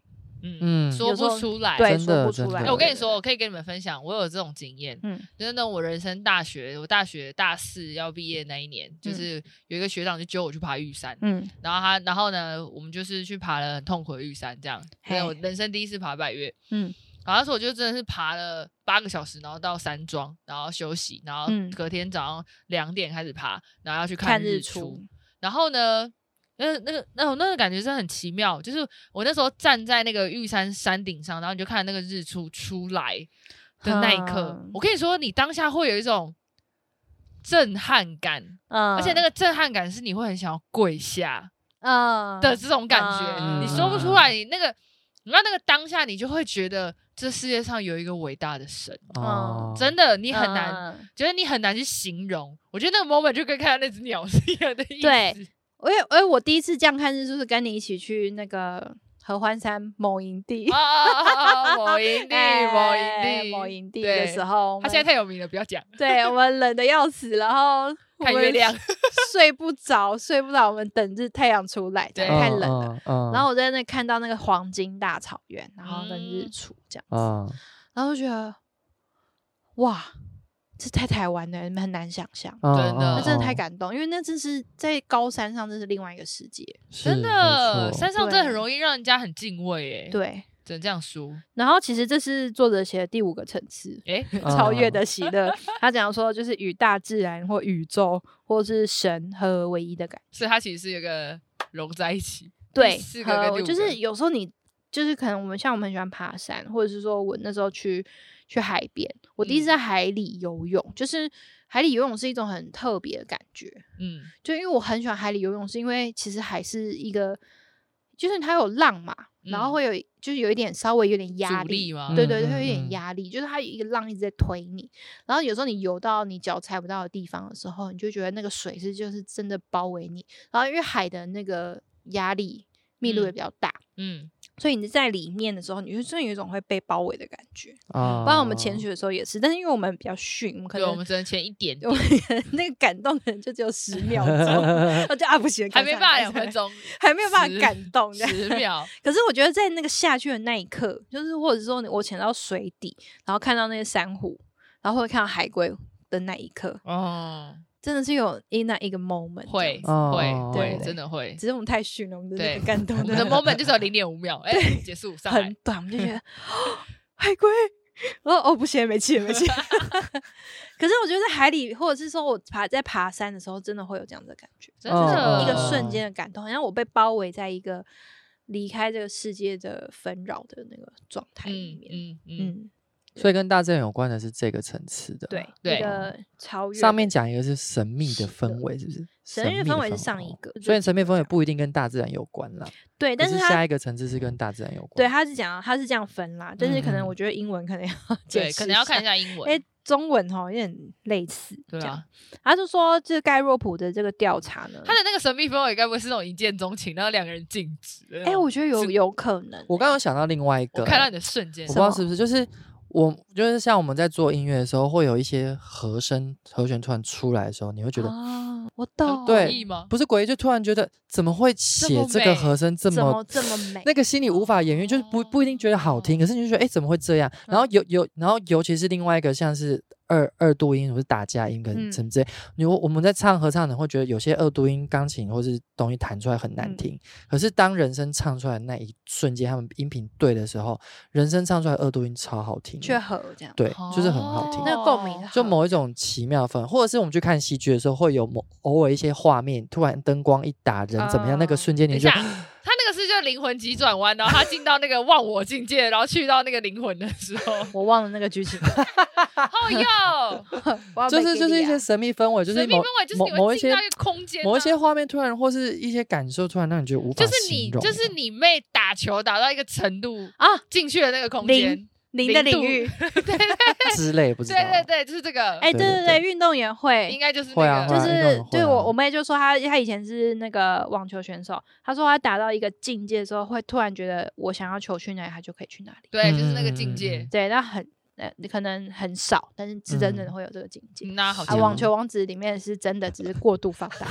嗯，嗯，说有时不候出来，对，真说的不出真的来。哎，我跟你说，我，可以跟你们分享，我有这种经验，嗯，就是那种我人生大学，我大学大四要毕业那一年，就嗯是有一个学长就揪我去爬玉山，嗯然后他，然后呢，我们就是去爬了很痛苦的玉山，这样，因为嘿我人生第一次爬百越，嗯然后那时候我就真的是爬了八个小时，然后到山庄，然后休息，然后嗯隔天早上两点开始爬，然后要去看日日出，然后呢，那那个那我那个感觉真的很奇妙，就是我那时候站在那个玉山山顶上，然后你就看那个日出出来的那一刻，嗯我跟你说，你当下会有一种震撼感，嗯而且那个震撼感是你会很想要跪下嗯的这种感觉，嗯你说不出来，你那个你知道那个当下，你就会觉得这世界上有一个伟大的神，哦，真的，你很难。嗯觉得你很难去形容，我觉得那个 moment 就跟看到那只鸟是一样的意思。对因为因为我第一次这样看日出是跟你一起去那个合欢山某营地，啊啊啊 [laughs] 啊！某营地，某营哎地，某营地的时对，候，他现在太有名了，不要讲。对我们冷的要死，然后我看月们亮睡不着，睡不着，我们等日太阳出来，对这样太冷了。了，嗯然后我在那看到那个黄金大草原，然后跟日嗯出这样，嗯然后就觉得哇，这太台湾了，你们很难想象，嗯真的那哦真的太感动，因为那真是在高山上，这是另外一个世界。真的，三山上真的很对容易让人家很敬畏，哎，，对，只能这样说。然后其实这是作者写的第五个层次，哎，嗯超越的喜乐。他讲说，就是与大自然或宇宙或是神合而为一的感觉。所以它其实是有一个融在一起。对，四和个跟第五就是个有时候你就是可能我们像我们很喜欢爬山，或者是说我那时候去去海边，我第一次嗯在海里游泳，就是海里游泳是一种很特别的感觉，嗯，就因为我很喜欢海里游泳，是因为其实海是一个，就是它有浪嘛，然后嗯会有就是有一点稍微有点压阻力吗？对对对，嗯会有嗯点嗯压力，就是它有一个浪一直在推你，然后有时候你游到你脚踩不到的地方的时候，你就觉得那个水是就是真的包围你，然后因为海的那个压力密度也嗯比较大，嗯，所以你在里面的时候，你就真的有一种会被包围的感觉。啊包括我们潜水的时候也是，但是因为我们比较逊，我们哦可对，能我们只能前一点我点，们可能那个感动可能就只有十 [laughs] 秒钟， [laughs] 我就啊不行，还赶没上办法赶两上分钟， [laughs] 还没有办十法感动这样十秒。可是我觉得在那个下去的那一刻，就是或者是说我潜到水底，然后看到那些珊瑚，然后或者看到海龟的那一刻， [laughs] 哦，真的是有一那一个 moment 这样会子哦会对会，对真的会。只是我们太逊了，我们真的对很感动我们的 moment [laughs] 就是有零点五秒，哎，结束上来很。短，我们就觉得海龟，然后哦不行，没气了，[laughs] 没气了。可是我觉得在海里，或者是说我爬在爬山的时候，真的会有这样的感觉，真哦的哦一个瞬间的感动，好像我被包围在一个离开这个世界的纷扰的那个状态里嗯面。嗯嗯，嗯， [laughs] 所以跟大自然有关的是这个层次的，对，对一个超越上面讲一个是神秘的是氛的围，是不是？神秘的秘的氛围是氛上一哦个就所以是神秘这氛围样不一定跟大自然有关啦，对，但可是是他下一个层次是跟大自然有关。对，他是讲他是这样分啦，但是可嗯能嗯我觉得英文可能要 [laughs] 解对，释可能要看一下下，英文。哎，中文哈有点类似，对这样啊，他就说这盖洛普的这个调查呢，他的那个神秘氛围该不会是那种一见钟情，然后两个人静止的那哎，种？我觉得有有可能欸，我刚刚有想到另外一个，我看到你的瞬间我不是，知道是不是，就是我就是像我们在做音乐的时候，会有一些和声和弦突然出来的时候，你会觉得、哦啊，我懂，对诡异吗？不是诡异，就突然觉得怎么会写么这个美和声这怎么么这么美？那个心里无法言喻，嗯就是不不一定觉得好听，可是你就觉得哎、诶怎么会这样？然后有有，然后尤其是另外一个像是二二度音或是打架音跟嗯什么之类，你我我们在唱合唱的会觉得有些二度音钢琴或是东西弹出来很难嗯听，可是当人声唱出来的那一瞬间，他们音频对的时候，人声唱出来二度音超好听的，却哦和这样，对，就是很好听。那个共鸣就和某一种奇妙的氛围，或者是我们去看戏剧的时候，会有某偶尔一些画面，突然灯光一打，人怎么样？那个哦瞬间等你一就下，他那个是就灵魂急转弯，然后他进到那个忘我境界，然后去到那个灵魂的时 [laughs] 候，我忘了那个剧情， [laughs] 哦哟，哦我要就是被就是给一些你啊神秘氛围，就神是秘某氛围就是某你会某一进些到一个空间啊某一些画面，突然或是一些感受，突然让你觉得无法就是形你容。就是你妹打球打到一个程度啊进去的那个空间零，零的零领度域，啊之类，不知道。对对对，就是这个，哎，对对对对对，运动员应会。该就是会那啊个，就会啊运动是员会对啊我我妹就说她她以前是那个网球选手，她说她打到一个境界之后，会突然觉得我想要球去哪里，她就可以去哪里。对，就是那个境嗯嗯嗯界嗯。对，那很呃可能很少，但是是真正的会有这个境界。嗯那好啊，像像网球王子里面是真的只是过度放大。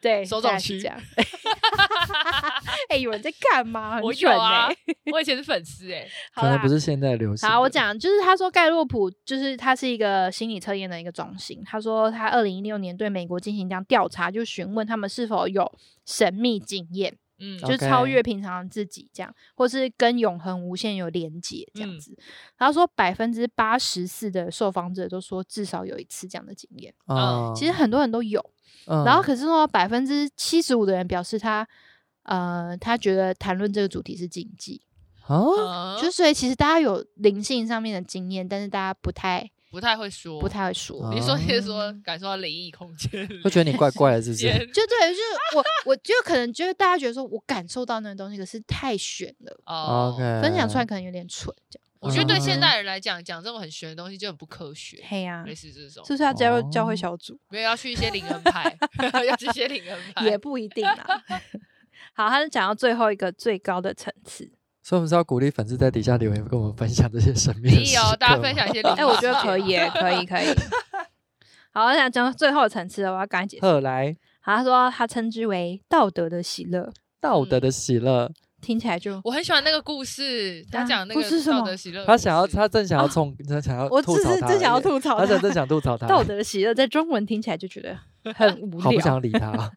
对，手大掌概是区这样。 [laughs] 哎、有人在干嘛？很我有蠢啊欸，我以前是粉丝哎，好可能啦不。是现在流行的。好，我讲就是他说盖洛普就是他是一个心理测验的一个中心。他说他二零一六年对美国进行这样调查，就询问他们是否有神秘经验，嗯就是超 OK 越平常自己这样，或是跟永恒无限有连结这嗯样子。然后说百分之八十四的受访者都说至少有一次这样的经验，嗯，其实很多人都有。嗯，然后可是呢，百分之七十五的人表示他，呃，他觉得谈论这个主题是禁忌，啊，嗯就所以其实大家有灵性上面的经验，但是大家不太不太会说，不。太会说。啊你说你是说感受到灵异空间，会觉得你怪怪的，[laughs] 是不是？间就对，就是我，我就可能就是大家觉得说我感受到那个东西，可是太悬了，哦啊 OK，分享哎出来可能有点蠢，这样。我觉得对现嗯代人来讲，讲这种很玄的东西就很不科学，嘿呀、类似这种啊是，不是要加入教哦会小组？没有要去一些灵恩派， [laughs] 要去一些灵恩派，也不一定啦。好，他就讲到最后一个最高的层次。所以我们是要鼓励粉丝在底下留言，跟我们分享这些神秘的你事。有哦大家分享一些灵，哎、我觉得可以。耶，可以，可以。 [laughs] 好，我想讲到最后的层次了，我要赶紧解释。赫来好，他说他称之为道德的喜乐，道嗯德的喜乐，听起来就我很喜欢那个故事，他啊讲那故个事是什道么德喜乐的故事，他想要，他正想要冲，他想要啊我只呃吐槽是他而已，真想要吐槽他想他正想吐槽他，道德喜乐在中文听起来就觉得 [laughs] 很无好不聊。想理他哦。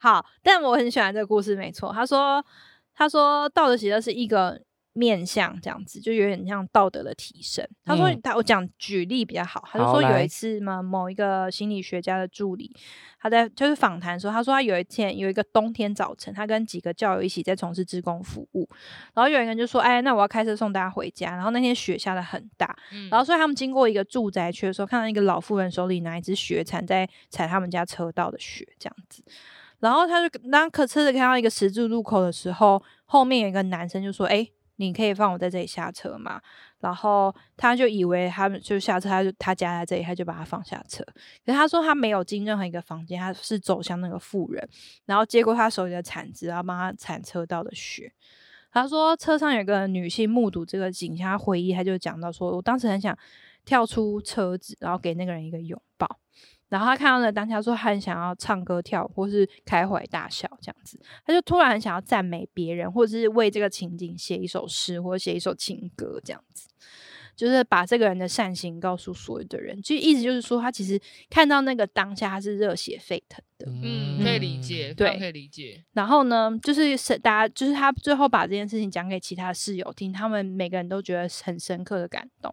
好，但我很喜欢这个故事，没错。他说他说道德喜乐是一个。面向这样子，就有点像道德的提升。他说嗯他、我讲举例比较好，他就好说有来一次嘛，某一个心理学家的助理，他在就是访谈说，他说他有一天有一个冬天早晨，他跟几个教友一起在从事志工服务，然后有一个人就说，哎，那我要开车送大家回家。然后那天雪下的很大，嗯然后所以他们经过一个住宅区的时候，看到一个老妇人手里拿一只雪铲在踩他们家车道的雪这样子。然后他就当可车子开到一个十字路口的时候，后面有一个男生就说：“哎、你可以放我在这里下车吗？”然后他就以为他们就下车，他就他家在这里，他就把他放下车。可是他说他没有进任何一个房间，他是走向那个妇人，然后接过他手里的铲子，然后帮他铲车道的雪。他说车上有个女性目睹这个景象，他回忆他就讲到说，我当时很想跳出车子，然后给那个人一个拥抱。然后他看到那当下说，他很想要唱歌跳舞，或是开怀大笑这样子。他就突然很想要赞美别人，或者是为这个情景写一首诗，或者写一首情歌这样子。就是把这个人的善行告诉所有的人，就意思就是说，他其实看到那个当下，他是热血沸腾的。 [laughs] 嗯，可以理解，非常对可以理解。然后呢，就是是大家，就是他最后把这件事情讲给其他室友听，他们每个人都觉得很深刻的感动，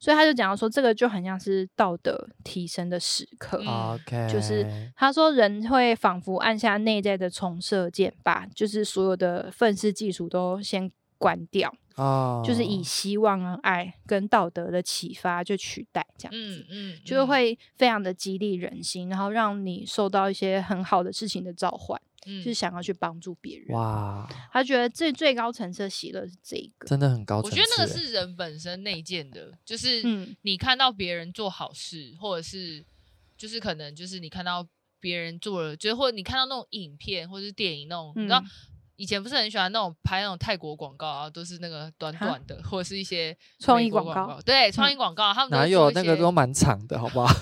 所以他就讲到说，这个就很像是道德提升的时刻。嗯 OK，就是他说，人会仿佛按下内在的重设键，把就是所有的愤世嫉俗都先关掉，哦，就是以希望啊、爱跟道德的启发就取代这样子。嗯嗯，就是嗯会非常的激励人心，然后让你受到一些很好的事情的召唤，嗯就是想要去帮助别人。哇，他觉得最最高层次的喜乐是这一个。真的很高我层觉次得欸。那个是人本身内建的，就是嗯你看到别人做好事，或者是就是可能就是你看到别人做了，就是或者你看到那种影片或者是电影那种，你知道嗯以前不是很喜欢那种拍那种泰国广告啊，都是那个短哈短的，或者是一些创美意国广告告。对，创意广告，他们都哪会有做一那个些都蛮长的，好不 [laughs] 好？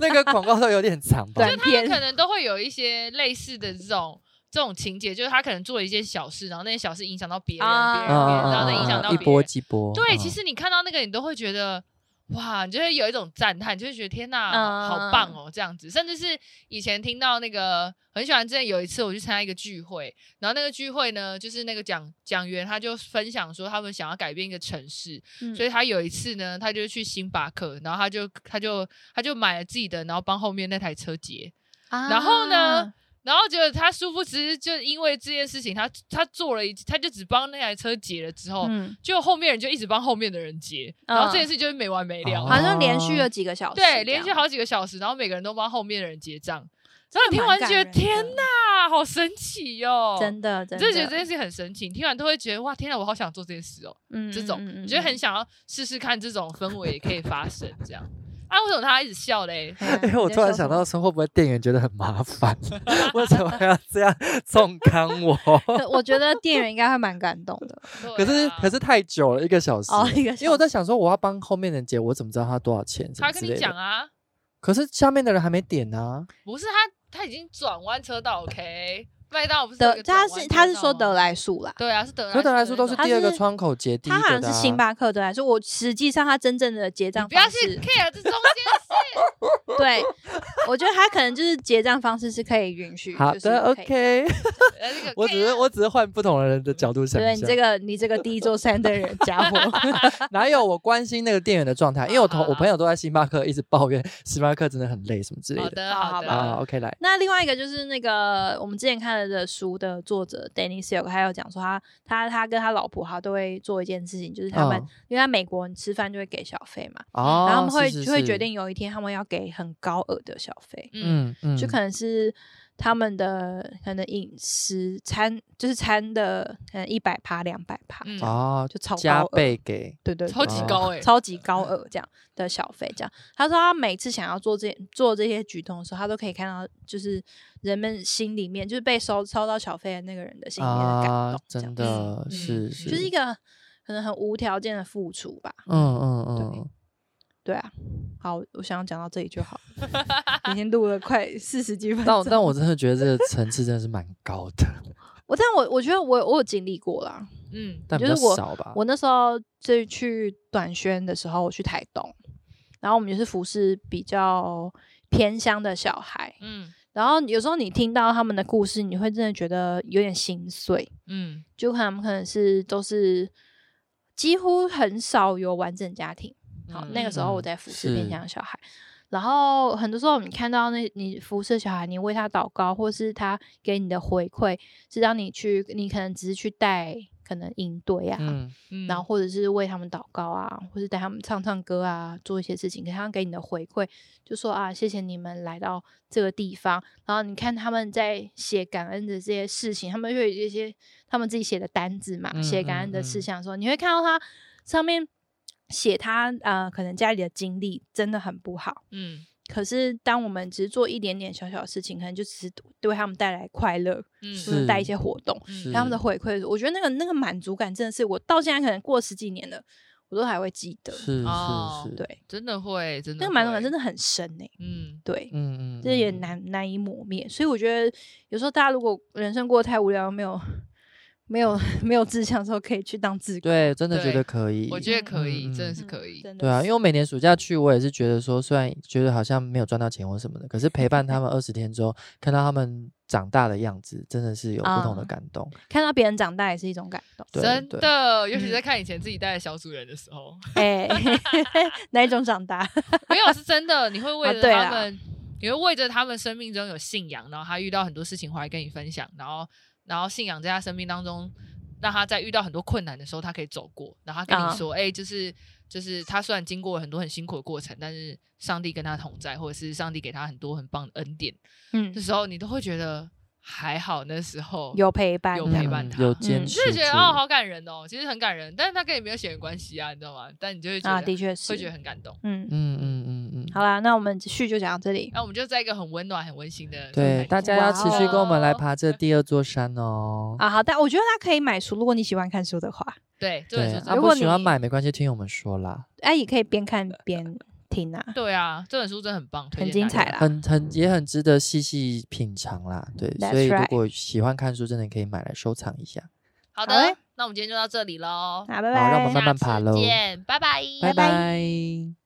那个广告都有点长吧？短他片们可能都会有一些类似的这种这种情节，就是他可能做了一件小事，然后那些小事影响到别人，啊嗯别人，别人，然后再影响啊到一别波人。即波。对，其 [laughs] 嗯实你看到那个，你都会觉得。哇，你就会有一种赞叹，就会觉得天呐，好嗯好棒哦，这样子。甚至是以前听到那个，很喜欢。之前有一次我去参加一个聚会，然后那个聚会呢，就是那个讲讲员他就分享说，他们想要改变一个城市，嗯所以他有一次呢，他就去星巴克，然后他就他就他就买了自己的，然后帮后面那台车结。然后啊呢？然后结果他殊不知，就因为这件事情，他他做了一，他就只帮那台车结了之后，啊嗯，就后面人就一直帮后面的人结，嗯然后这件事就是没完没了，哦好像连续了几个小时这样，对，连续好几个小时，然后每个人都帮后面的人结账，然后真你的听蛮完感人的，觉得天哪，好神奇哟、真的，你真的，就觉得这件事情很神奇，你听完都会觉得哇，天哪，我好想做这件事哦、嗯这种嗯嗯你就嗯 [laughs] 很想要试试看这种氛围也可以发生这样。啊，为什么他一直笑 [laughs] 嘞？哎呀因为我你在突然笑想什么到，说会不会店员觉得很麻烦？ [laughs] 为什么要这 [laughs] 样重看我？啊可我觉得店员应该会蛮感动 [laughs] 的。可是可是是太久了，一个小时了。哦，一个因为我小在想说，我要帮后面的人结，我怎么知道他多少钱？什他么跟之你类讲的。啊，可是下面的人还没点啊呢、不是他，他已经转弯车道，OK？麦当劳不是有一的个他转弯是车他是道说德吗，莱素啦，对啊，是德莱啊。素的那可种，等来说都是他第二个是窗口结第一他个好像的、是啊。星巴克德莱素，我实际上他真正的结账不要方去 [laughs] 式，care 这中间的 [laughs] 事。对我觉得他可能就是结账方式是可以允许，好就的是可以。 ，OK。呃那个我只是 care 我只是换不同的人的角度想啊对一你下。这个你这个第一座山的 [laughs] 人家伙，哪有我关心那个店员的嗯状态？因为我同好好我朋友都在星巴克一直抱怨星巴克真的很累什么之类好的。的好的好啊，OK，来，那另外一个就是那个我们之前看了的书的作者 Danny Silk，他有讲说他他他跟他老婆他都会做一件事情，就是他们、嗯因为在美国你吃饭就会给小费嘛，哦，嗯然后他们会是是就会是决定有一天他们要给很高额的小费，嗯，嗯嗯，就可能是他们的可能饮食餐就是餐的可能一百趴两百趴，嗯这样哦，就超加高额，倍给对对，对超级对高哎，超级嗯高额这样的小费，这样他说他每次想要做这做这些举动的时候，他都可以看到，就是人们心里面就是被收收到小费的那个人的心里面的感啊动，，这样真的嗯是嗯是，就是一个可能很无条件的付出吧，嗯嗯对 [laughs] 嗯，对啊。好，我想讲到这里就好了，已经录了快四十几分但钟我，但我真的觉得这个层次真的是蛮高的，我但我我觉得我我有经历过啦，嗯但比就较是我少吧。我那时候最去短宣的时候，我去台东，然后我们就是服侍比较偏乡的小孩，嗯然后有时候你听到他们的故事，你会真的觉得有点心碎，嗯就可能他们可能是都是几乎很少有完整家庭。好，那个时候我嗯在服侍偏是乡小孩，然后很多时候你看到那你服侍小孩，你为他祷告，或是他给你的回馈，是让你去，你可能只是去带可能应对啊，嗯嗯，然后或者是为他们祷告啊，或是带他们唱唱歌啊，做一些事情，给他们给你的回馈，就说啊，谢谢你们来到这个地方。然后你看他们在写感恩的这些事情，他们就有一些他们自己写的单子嘛，嗯写感恩的嗯事嗯项的时候，你会看到他上面写他呃，可能家里的经历真的很不好。嗯可是，当我们只是做一点点小小的事情，可能就只是对他们带来快乐，嗯或者带一是些活动，嗯是他们的回馈，我觉得那个那个满足感真的是我到现在可能过十几年了，我都还会记得。是哦是是，对，真的会，真的那个满足感会真的很深呢、啊嗯对，嗯嗯，这也嗯难难以磨灭。所以我觉得有时候大家如果人生过得太无聊，没有没有没有志向的时候，可以去当志工。对，真的觉对得可以，我觉得可以，嗯真的嗯是嗯可以。真的对啊，因为为我每年暑假去，我也是觉得说，虽然觉得好像没有赚到钱或什么的，可是陪伴他们二十天之后，看到他们长大的样子，真的是有不同的啊感动。看到别人长大也是一种感 [laughs] 动。对真对的，尤其嗯在看以前自己带的小主人的时候，哎、 [laughs] 哪一种长大？ [laughs] 没有是真的，你会为啊了对他啦们，你会为着他们生命中有信仰，然后他遇到很多事情回来跟你分享，然后然后信仰在他生命当中，让他在遇到很多困难的时候，他可以走过，然后他跟啊你说，哎、就是就是他虽然经过了很多很辛苦的过程，但是上帝跟他同在，或者是上帝给他很多很棒的恩典，嗯这，时候你都会觉得还好，那时候有陪伴，有陪伴嗯他有嗯坚你你持就住，会觉得哦，好感人哦，其实很感人，但是他跟你没有血缘关系啊，你知道吗？但你就会觉啊，得的确是会觉得很感动。嗯，嗯嗯嗯嗯，好啦，那我们续就讲到这里。那我们就在一个很温暖、很温馨的状态对，里大家要持续跟我们来爬这哇哦第二座山哦。啊，好，但我觉得大家可以买书，如果你喜欢看书的话，对，这本对，书真啊，的如不果喜欢你买没关系，听我们说啦，哎、也可以边看边听啊。对啊，这本书真的很棒，推很荐精大家彩啦。很很也很值得细细品尝啦。对 That's 所以如 right 果喜欢看书，真的可以买来收藏一下。好好的嘞，那我们今天就到这里喽，好，拜拜。好让我们慢下慢次爬喽见，拜拜，拜。拜